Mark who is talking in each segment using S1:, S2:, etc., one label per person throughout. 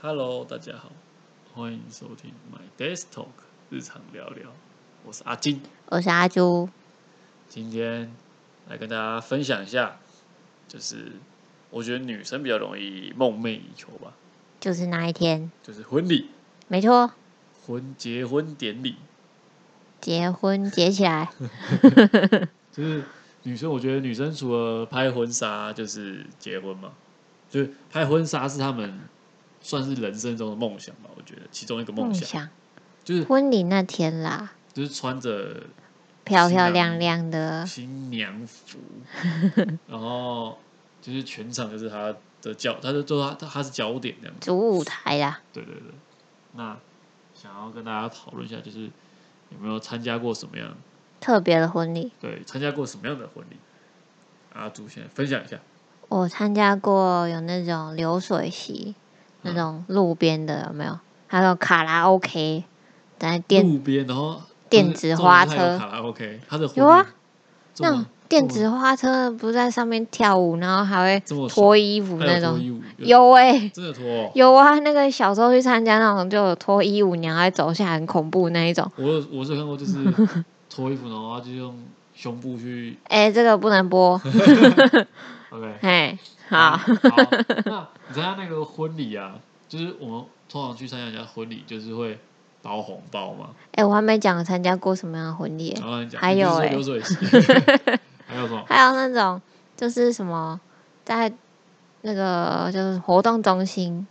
S1: Hello，大家好，欢迎收听 My Desk Talk 日常聊聊，我是阿金，
S2: 我是阿朱。
S1: 今天来跟大家分享一下，就是我觉得女生比较容易梦寐以求吧，
S2: 就是那一天，
S1: 就是婚礼、
S2: 没错，
S1: 婚结婚典礼，
S2: 结婚结起来，
S1: 就是女生，我觉得女生除了拍婚纱就是结婚嘛，就是拍婚纱是她们算是人生中的梦想吧，我觉得其中一个 梦
S2: 梦
S1: 想
S2: 想
S1: 就是
S2: 婚礼那天啦，
S1: 就是穿着
S2: 漂漂亮亮的，
S1: 新娘服， 然后就是全场就是他的焦，他就说他他是焦点这样子。
S2: 主舞台啦，
S1: 对对对，那想要跟大家讨论一下，就是有没有参加过什么样？
S2: 特别的婚礼。
S1: 对，参加过什么样的婚礼？啊阿朱先分享一下。
S2: 我参加过有那种流水席，那
S1: 嗯
S2: 种路边的有没有？还有卡拉 OK，在电
S1: 路边，然后
S2: 电子花车
S1: 重点是他有卡拉 OK，他的婚礼
S2: 有啊，
S1: 这
S2: 那种
S1: 么
S2: 电子花车，不是在上面跳舞，然后还
S1: 这么
S2: 会脱衣服
S1: 还
S2: 那
S1: 有脱
S2: 种。
S1: 衣舞，
S2: 有哎、
S1: 真的脱哦、
S2: 有啊，那个小时候去参加那种，就有脱衣舞，然后还走下来很恐怖那一种。
S1: 我有我是有看过，就是 脱衣服，然后他就用胸部去
S2: 哎、这个不 能播。
S1: OK。嗯
S2: 哎，好，
S1: 好，那你参加那个婚礼啊，就是我们通常去参加人家婚礼，就是会包红包嘛。
S2: 哎、我还没讲参加过什么样的婚礼耶，
S1: 然后你讲，
S2: 还
S1: 你就是
S2: 有
S1: 说
S2: 欸
S1: 流水席， 还有什么？
S2: 还有那种就是什么在那个就是活动中心，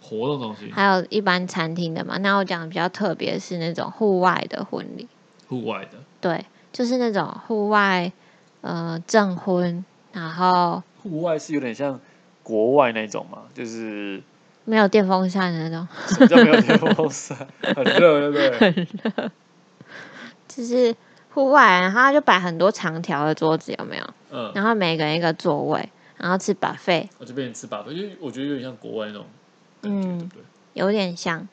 S1: 活动东西，
S2: 还有一般餐厅的嘛。那我讲的比较特别是那种户外的婚礼，
S1: 户外的，
S2: 对，就是那种户外呃证婚，然后
S1: 户外是有点像国外那种嘛，就是
S2: 没有电风扇的那种，
S1: 什么叫没有电风扇， 很热，对不对？
S2: 就是户外，然后他就摆很多长条的桌子，有没有？
S1: 嗯，
S2: 然后每个人一个座位，然后吃 buffet，
S1: 我就变成吃把费，因为我觉得有点像国外那种感觉，
S2: 嗯
S1: 对不对？
S2: 有点像，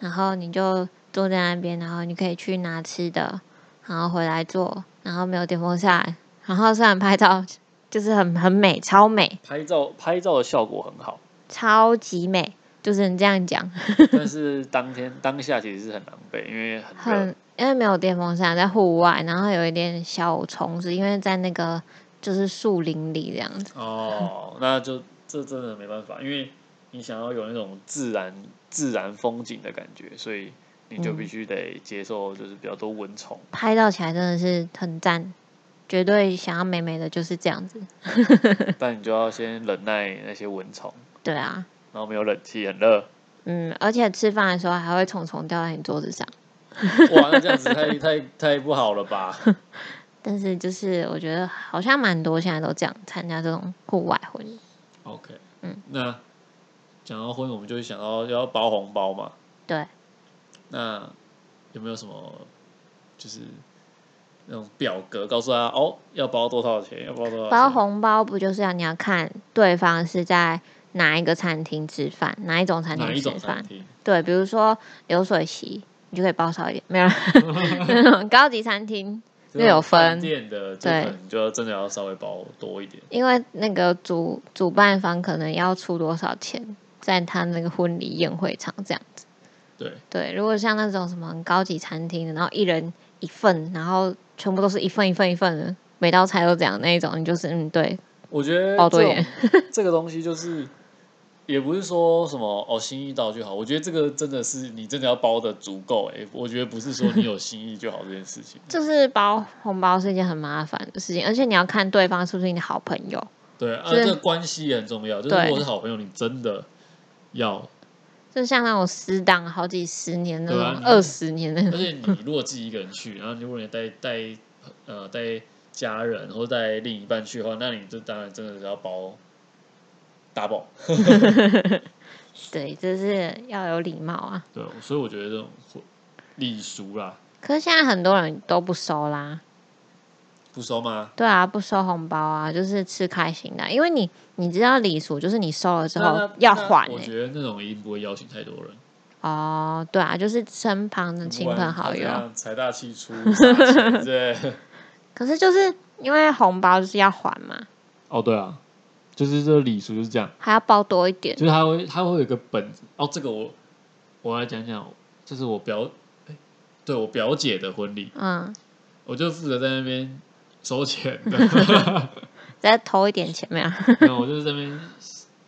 S2: 然后你就坐在那边，然后你可以去拿吃的，然后回来做，然后没有电风扇，然后虽然拍照就是很很美，超美，
S1: 拍照拍照的效果很 好，
S2: 超级美，就是你这样讲，
S1: 但是当天当下其实是很狼狈，因为很热，
S2: 很因为没有电风扇，在户外，然后有一点小虫子，因为在那个就是树林里这样子，
S1: 哦，那就这真的没办法，因为你想要有那种自然自然风景的感觉，所以你就必
S2: 嗯
S1: 须得接受就是比较多蚊虫。
S2: 拍照起来真的是很赞，绝对想要美美的就是这样子，
S1: 但你就要先忍耐那些蚊虫，
S2: 对啊，
S1: 然后没有冷气，很 热。
S2: 嗯，而且吃饭的时候还会虫虫掉在你桌子上。
S1: 哇，那这样子太太太不好了 吧？
S2: 但是就是我觉得好像蛮多现在都这样参加这种户外婚礼，
S1: OK，
S2: 嗯，
S1: 那讲到婚，我们就会想到要包红包嘛。
S2: 对。
S1: 那有没有什么就是那种表格告诉他哦，要包多少钱？要包多少钱？
S2: 包红包不就是要你要看对方是在哪一个餐厅吃饭，哪一种餐
S1: 哪
S2: 厅
S1: 一种
S2: 吃
S1: 餐
S2: 饭？
S1: 厅？
S2: 对，比如说流水席，你就可以包少一点，没 有啦那种高级餐厅，
S1: 这
S2: 略有
S1: 种饭
S2: 分
S1: 店的这
S2: 对
S1: 份你就要真的要稍微包多一点。
S2: 因为那个主主办方可能要出多少钱，在他那个婚礼宴会场这样子。
S1: 对，
S2: 对，如果像那种什么很高级餐厅的，然后一人一份，然后全部都是一份一份一份的，每道菜都这样那一种，你就是嗯对，
S1: 我觉得
S2: 包
S1: 这
S2: 多一
S1: 种这个东西就是。也不是说什么哦，心意到就好。我觉得这个真的是你真的要包的足够哎、我觉得不是说你有心意就好这件事 情。
S2: 就是包红包是一件很麻烦的事情，而且你要看对方是不是你的好朋友，
S1: 对啊，
S2: 就是
S1: 这个关系也很重要。就是
S2: 对
S1: 如果是好朋友，你真的要，
S2: 就像那种死党好几十年那
S1: 对啊
S2: 种，二十、年那
S1: 而
S2: 种，
S1: 且你如果自己一个人去，然后如果你带带呃带家人或带另一半去的话，那你就当然真的是要包大包。
S2: 对，就是要有礼貌啊。
S1: 对，哦所以我觉得这种婚礼俗啦，
S2: 可是现在很多人都不收啦，
S1: 不收吗？
S2: 对啊，不收红包啊，就是吃开心的，因为你你知道礼俗，就是你收了之
S1: 那
S2: 后
S1: 那
S2: 要
S1: 那
S2: 还、欸，
S1: 我觉得那种一定不会邀请太多人，
S2: 哦，对啊，就是身旁的亲
S1: 不然
S2: 朋好
S1: 他怎
S2: 友。
S1: 样财大气粗， 撒钱对。
S2: 可是就是因为红包就是要还嘛，
S1: 哦，对啊，就是这个礼俗就是这样，
S2: 还要包多一点
S1: 就是他会他会有一个本子哦，这个我我来讲讲，这是我表哎对我表姐的婚礼，
S2: 嗯，
S1: 我就负责在那边收钱 的，
S2: 再投一点钱没有？
S1: 然后我就是这边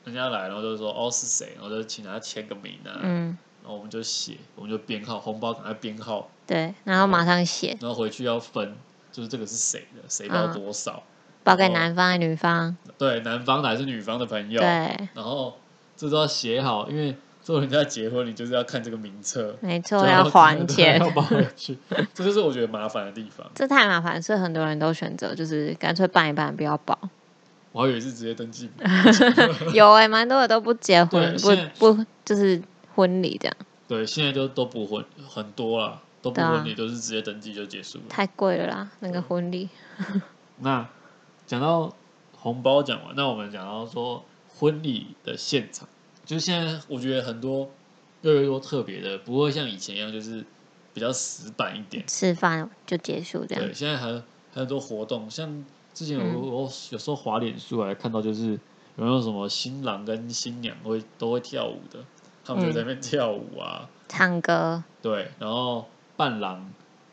S1: 人家来，然后就说哦是谁，然后就请他签个名啊，
S2: 嗯，
S1: 然后我们就写，我们就编号，红包赶快编号，
S2: 对，然后马上写，
S1: 然后回去要分，就是这个是谁的，谁包
S2: 嗯
S1: 多少，
S2: 包给
S1: 哦
S2: 男方还是女方？
S1: 对，男方的还是女方的朋友，
S2: 对，
S1: 然后这都要写好，因为做人家结婚，你就是要看这个名册，
S2: 没
S1: 就
S2: 错，要还钱
S1: 要，包回去，这就是我觉得麻烦的地方。
S2: 这太麻烦，所以很多人都选择就是干脆办一办，不要包。
S1: 我还以为是直接登记，
S2: 有哎、蛮多人都不结婚，
S1: 对
S2: 不
S1: 现在
S2: 不就是婚礼这样，
S1: 对，现在就都不婚，很多啦，都不
S2: 对啊
S1: 婚，你都是直接登记就结束了。
S2: 太贵了啦，那个婚礼。
S1: 那讲到红包讲完，那我们讲到说婚礼的现场，就是现在我觉得很多越来越多特别的，不会像以前一样，就是比较死板一点。
S2: 吃饭就结束这样
S1: 对，。现在还还有很多活动，像之前
S2: 嗯
S1: 我我有时候滑脸书还看到，就是有没有什么新郎跟新娘会都会跳舞的，他们就在那
S2: 嗯
S1: 边跳舞啊，
S2: 唱歌，
S1: 对，然后伴郎，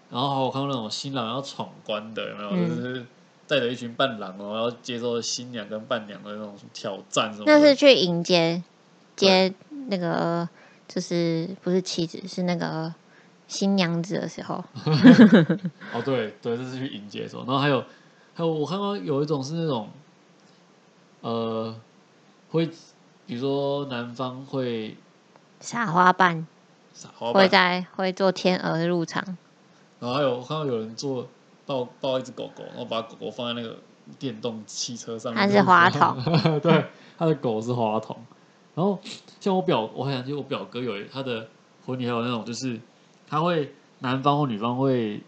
S1: 然后还有看到那种新郎要闯关的，有没有？
S2: 嗯
S1: 就是带着一群伴郎，然后要接受新娘跟伴娘的那种挑战什么的。
S2: 那是去迎接接那个，就是不是妻子，是那个新娘子的时候，
S1: 嗯哦，对对，这是去迎接的时候，然后还有还有，我看到有一种是那种，呃，会比如说男方会
S2: 撒花瓣
S1: 撒花
S2: 会
S1: 瓣，
S2: 在会做天鹅入场，
S1: 然后还有我看到有人做抱抱一只狗狗，然后把狗狗放在那个电动汽车上面，
S2: 它是花筒，
S1: 对，他的狗是花筒。然后像我表，我很想起我表哥有一他的婚礼，还有那种就是他会男方或女方会，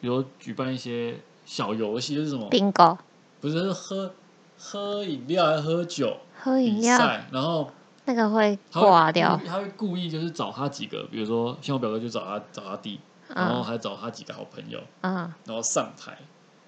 S1: 比如举办一些小游戏，就是什么
S2: bingo，
S1: 不是喝喝饮料还是喝酒
S2: 喝饮
S1: 比
S2: 料
S1: 赛，然后
S2: 那个会
S1: 他会
S2: 挂掉
S1: 故，他会故意就是找他几个，比如说像我表哥就找他找他弟，然后
S2: 嗯
S1: 还找他几个好朋友，
S2: 嗯，
S1: 然后上台，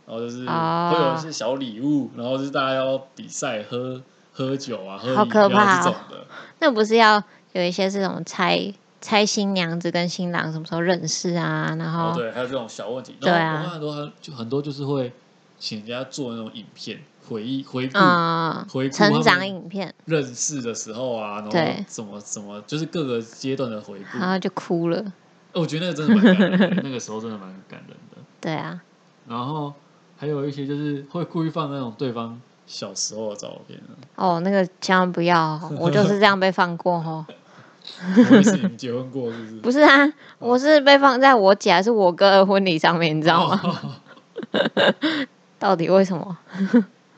S1: 然后就是
S2: 哦
S1: 会有一些小礼物，然后就是大家要比赛喝喝酒啊，喝饮
S2: 好可
S1: 料
S2: 怕哦
S1: 这种的，
S2: 那不是要有一些是什么猜猜新娘子跟新郎什么时候认识啊，然
S1: 哦
S2: 后
S1: 对，还有这种小问题，
S2: 对
S1: 然
S2: 啊
S1: 后我看很多很就很多就是会请人家做那种影片回忆回顾
S2: 嗯
S1: 回顾他
S2: 成
S1: 们
S2: 长影片，
S1: 认识的时候啊，然后
S2: 对
S1: 怎么怎么就是各个阶段的回顾，哦
S2: 然后就哭了，
S1: 我觉得那个真的蛮感人的，那个时候真的蛮感人的。
S2: 对啊，
S1: 然后还有一些就是会故意放那种对方小时候的照片、 啊，
S2: 哦那个千万不要哦，我就是这样被放过哦。
S1: 我也是你们结婚过是不是？
S2: 不是啊，我是被放在我姐还是我哥的婚礼上面，你知道 吗？
S1: 吗？
S2: 到底为什么？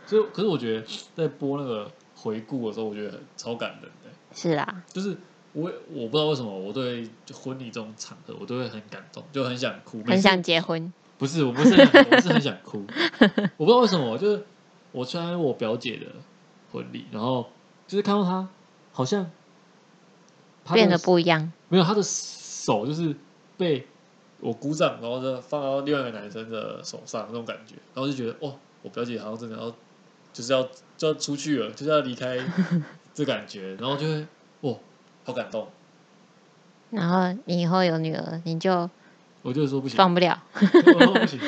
S1: 所以，可是我觉得在播那个回顾的时候，我觉得很超感人的、
S2: 是啦，
S1: 就是我我不知道为什么我对婚礼这种场合，我都会很感动，就很想哭，每
S2: 很
S1: 次
S2: 想结婚，
S1: 不是，我不是很，我不是很想哭， 我不知道为什么，就是我参加我表姐的婚礼，然后就是看到她好像她的
S2: 变得不一样。
S1: 没有她的手就是被我鼓掌，然后呢放到另外一个男生的手上那种感觉，然后就觉得哦，我表姐好像真的要就是要就要出去了，就是要离开这感觉，然后就会哇，好感动，
S2: 然后你以后有女儿，你就
S1: 我就说不行，
S2: 放不了。
S1: 哦不行。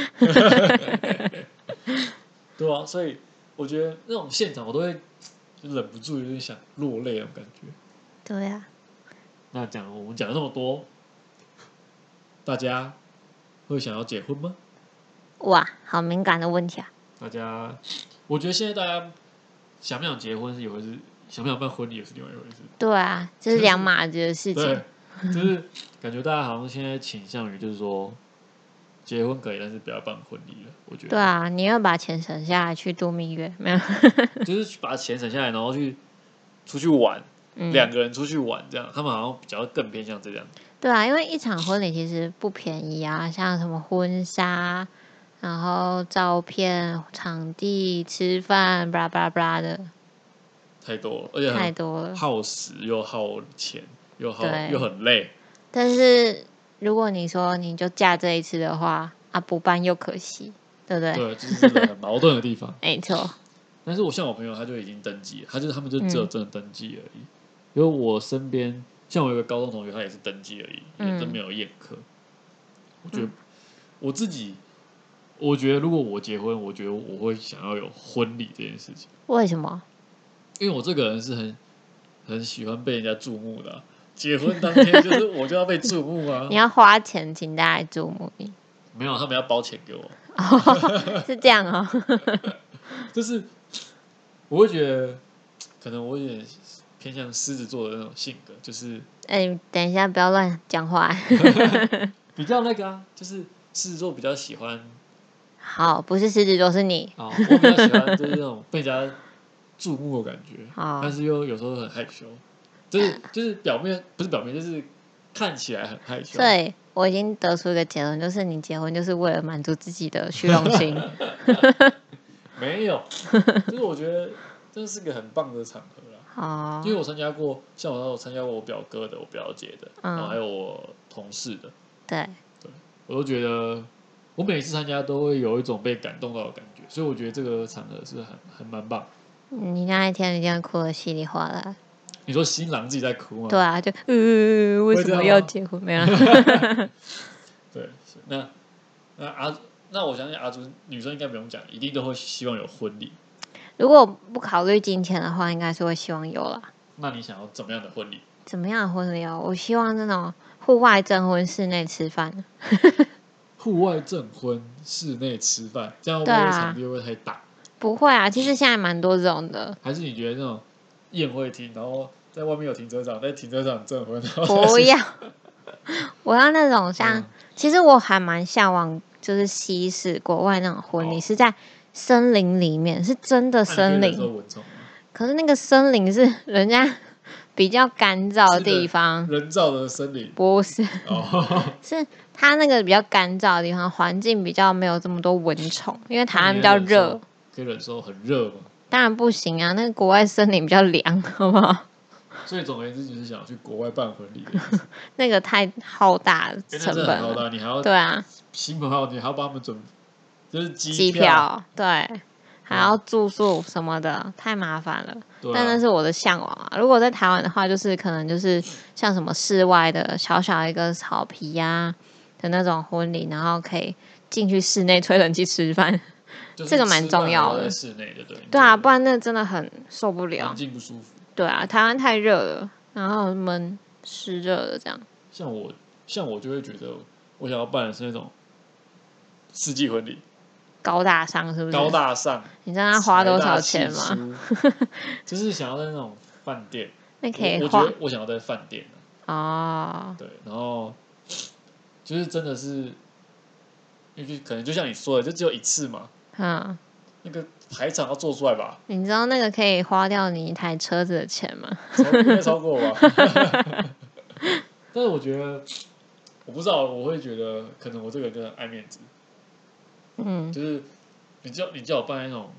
S1: 对啊，所以我觉得那种现场我都会就忍不住有点想落泪那种感觉。
S2: 对啊，
S1: 那讲我们讲了那么多，大家会想要结婚吗？
S2: 哇，好敏感的问题啊！
S1: 大家，我觉得现在大家想不想结婚是一回事，想不想办婚礼也是另外一回事。
S2: 对啊，这是两码子的事
S1: 对
S2: 情。，
S1: 就是感觉大家好像现在倾向于就是说，结婚可以，但是不要办婚礼了。我觉得
S2: 对啊，你要把钱省下来去度蜜月，没有？
S1: 就是去把钱省下来，然后去出去玩，
S2: 嗯，
S1: 两个人出去玩这样，他们好像比较更偏向这样。
S2: 对啊，因为一场婚礼其实不便宜啊，像什么婚纱，然后照片、场地、吃饭，巴拉巴拉巴拉的，
S1: 太多了，而且
S2: 太
S1: 很
S2: 多了。
S1: 耗时又耗钱，又耗
S2: 对
S1: 又很累。
S2: 但是如果你说你就嫁这一次的话，啊，不办又可惜，对不对？。
S1: 对，这是很矛盾的地方
S2: 没错，
S1: 但是我像我朋友，他就已经登记了，他就是他们就只有
S2: 嗯
S1: 真的登记而已。因为我身边像我有个高中同学，他也是登记而已，也真
S2: 嗯
S1: 没有验科。我觉得
S2: 嗯
S1: 我自己，我觉得如果我结婚，我觉得我会想要有婚礼这件事情，
S2: 为什么？
S1: 因为我这个人是很很喜欢被人家注目的啊、结婚当天就是 我就要被注目啊
S2: 你！要花钱请大家注目你，
S1: 没有，他们要包钱给我，
S2: 是这样哦。
S1: 就是我会觉得，可能我有点偏向狮子座的那种性格，就是
S2: 哎、等一下，不要乱讲话。
S1: 比较那个啊，就是狮子座比较喜欢
S2: 好，不是狮子座，是你。
S1: 啊、我比较喜欢就是那种被人家注目的感觉，
S2: 哦
S1: 但是又有时候很害羞，就是就是表面不是表面，就是看起来很害羞。
S2: 所，以我已经得出一个结论，就是你结婚就是为了满足自己的虚荣 心。
S1: 没 有，就是我觉得这是个很棒的场合啦。
S2: 哦
S1: 因，为我参加过，像我我参加过我表哥的、我表姐的，
S2: 嗯
S1: 然后还有我同事的，
S2: 对，
S1: 我都觉得我每次参加都会有一种被感动到的感觉，所以我觉得这个场合是很很蛮棒。
S2: 你那一天一定会哭的稀里哗啦。
S1: 你说新郎自己在哭吗？
S2: 对啊，就呃，
S1: 会
S2: 为
S1: 这
S2: 什么
S1: 样
S2: 要
S1: 吗
S2: 结婚？没有啦，
S1: 对，是那那阿那我相信阿朱女生应该不用讲，一定都会希望有婚礼。
S2: 如果不考虑金钱的话，应该是会希望有啦。
S1: 那你想要怎么样的婚礼？
S2: 怎么样的婚礼哦？我希望那种户外证婚、室内吃饭。
S1: 户外证婚，室内吃饭，这样会不
S2: 对啊
S1: 会场地会不会太大？
S2: 不会啊，其实现在蛮多这种的。
S1: 还是你觉得那种宴会厅，然后在外面有停车场，在停车场证婚，然后
S2: 不要，我要那种 像，
S1: 哦嗯
S2: 其实我还蛮向往，就是西式国外那种婚礼、
S1: 哦
S2: 是在森林里面，是真的森
S1: 那你觉得这
S2: 林。
S1: 是蚊虫吗
S2: 可是那个森林是人家比较干燥的
S1: 是人
S2: 地方，
S1: 人造的森 林
S2: 不是，
S1: 哦，
S2: 是它那个比较干燥的地方，环境比较没有这么多蚊虫，因为台湾比
S1: 啊
S2: 较热。，
S1: 可以忍受很热嘛。
S2: 当然不行啊，那个国外森林比较凉， 好不好？
S1: 所以总而言之，就是想要去国外办婚礼的，
S2: 那个太浩大的
S1: 因为那
S2: 成
S1: 真的
S2: 本
S1: 很浩
S2: 了。
S1: 大，你还要
S2: 对啊，
S1: 新朋友，你还要帮他们准，就是
S2: 机
S1: 机票，啊
S2: 票，对，还要住宿什么的，太麻烦了。
S1: 对啊
S2: 但那是我的向往啊！如果在台湾的话，就是可能就是像什么室外的小小一个草皮呀、的那种婚礼，然后可以进去室内吹冷气吃饭。
S1: 就是
S2: 这个蛮重要的
S1: 吃饭还在室内的， 对
S2: 对啊，
S1: 你
S2: 不然那真的很受不
S1: 觉得环
S2: 了。
S1: 境不舒服。
S2: 对啊，台湾太热了，然后闷湿热的这样。
S1: 像我，像我就会觉得，我想要办的是那种世纪婚礼，
S2: 高大上是不是？
S1: 高大上，
S2: 你知道他花多少钱
S1: 财大
S2: 吗？
S1: 气粗？ 就是想要在那种饭店，
S2: 那可
S1: 我
S2: 以
S1: 我觉
S2: 花
S1: 得我想要在饭店啊，
S2: 哦，
S1: 对，然后就是真的是，因为就可能就像你说的，就只有一次嘛，
S2: 嗯，
S1: 那个排场要做出来吧，
S2: 你知道那个可以花掉你一台车子的钱吗？
S1: 超应该超过吧。 但是我觉得，我不知道，我会觉得可能我这个人真的很爱面子，
S2: 嗯，
S1: 就是你叫你叫我办那种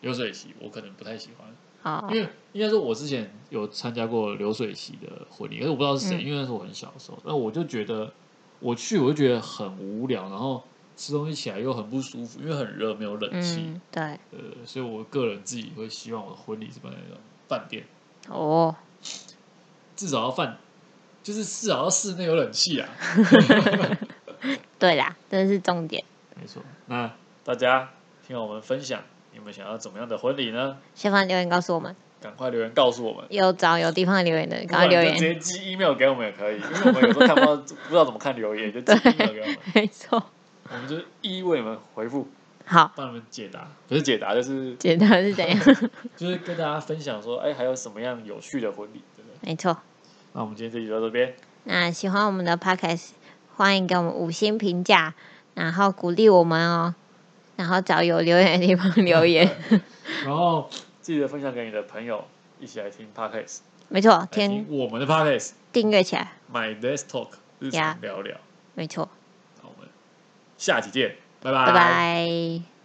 S1: 流水席，我可能不太喜欢，
S2: 好，
S1: 因为应该说，我之前有参加过流水席的婚礼，可是我不知道是谁，
S2: 嗯
S1: 因为那时候我很小的时候，那我就觉得我去我就觉得很无聊，然后吃东西起来又很不舒服，因为很热，没有冷气，
S2: 嗯，对，
S1: 呃，所以我个人自己会希望我的婚礼是办在那种饭店，
S2: 哦，
S1: 至少要饭，就是至少要室内有冷气啊，
S2: 对啦，这是重点。
S1: 没错。那大家听我们分享，你们想要怎么样的婚礼呢？
S2: 下方留言告诉我们，
S1: 赶快留言告诉我们。
S2: 有找有地方留言的，
S1: 不
S2: 赶快留
S1: 然就直
S2: 言。
S1: 接寄 email 给我们也可以，因为我们有时候看不到，不知道怎么看留言，就寄 email 给我们，
S2: 没错，
S1: 我们就一一为你们回复，
S2: 好，
S1: 帮你们解答，不是解答，就是
S2: 简单 是怎样？
S1: 就是跟大家分享说，哎，还有什么样有趣的婚礼，对 不对？
S2: 没错。
S1: 那我们今天这集就到这边，
S2: 那喜欢我们的 podcast，欢迎给我们五星评价，然后鼓励我们哦。然后找有留言的地方 留言，
S1: 然后记得分享给你的朋友，一起来听 podcast，
S2: 没错，
S1: 来
S2: 听
S1: 听我们的 podcast，
S2: 订阅起来，
S1: My Desk Talk 日常聊聊，
S2: 没错，
S1: 那我们下期见，拜拜
S2: 拜拜。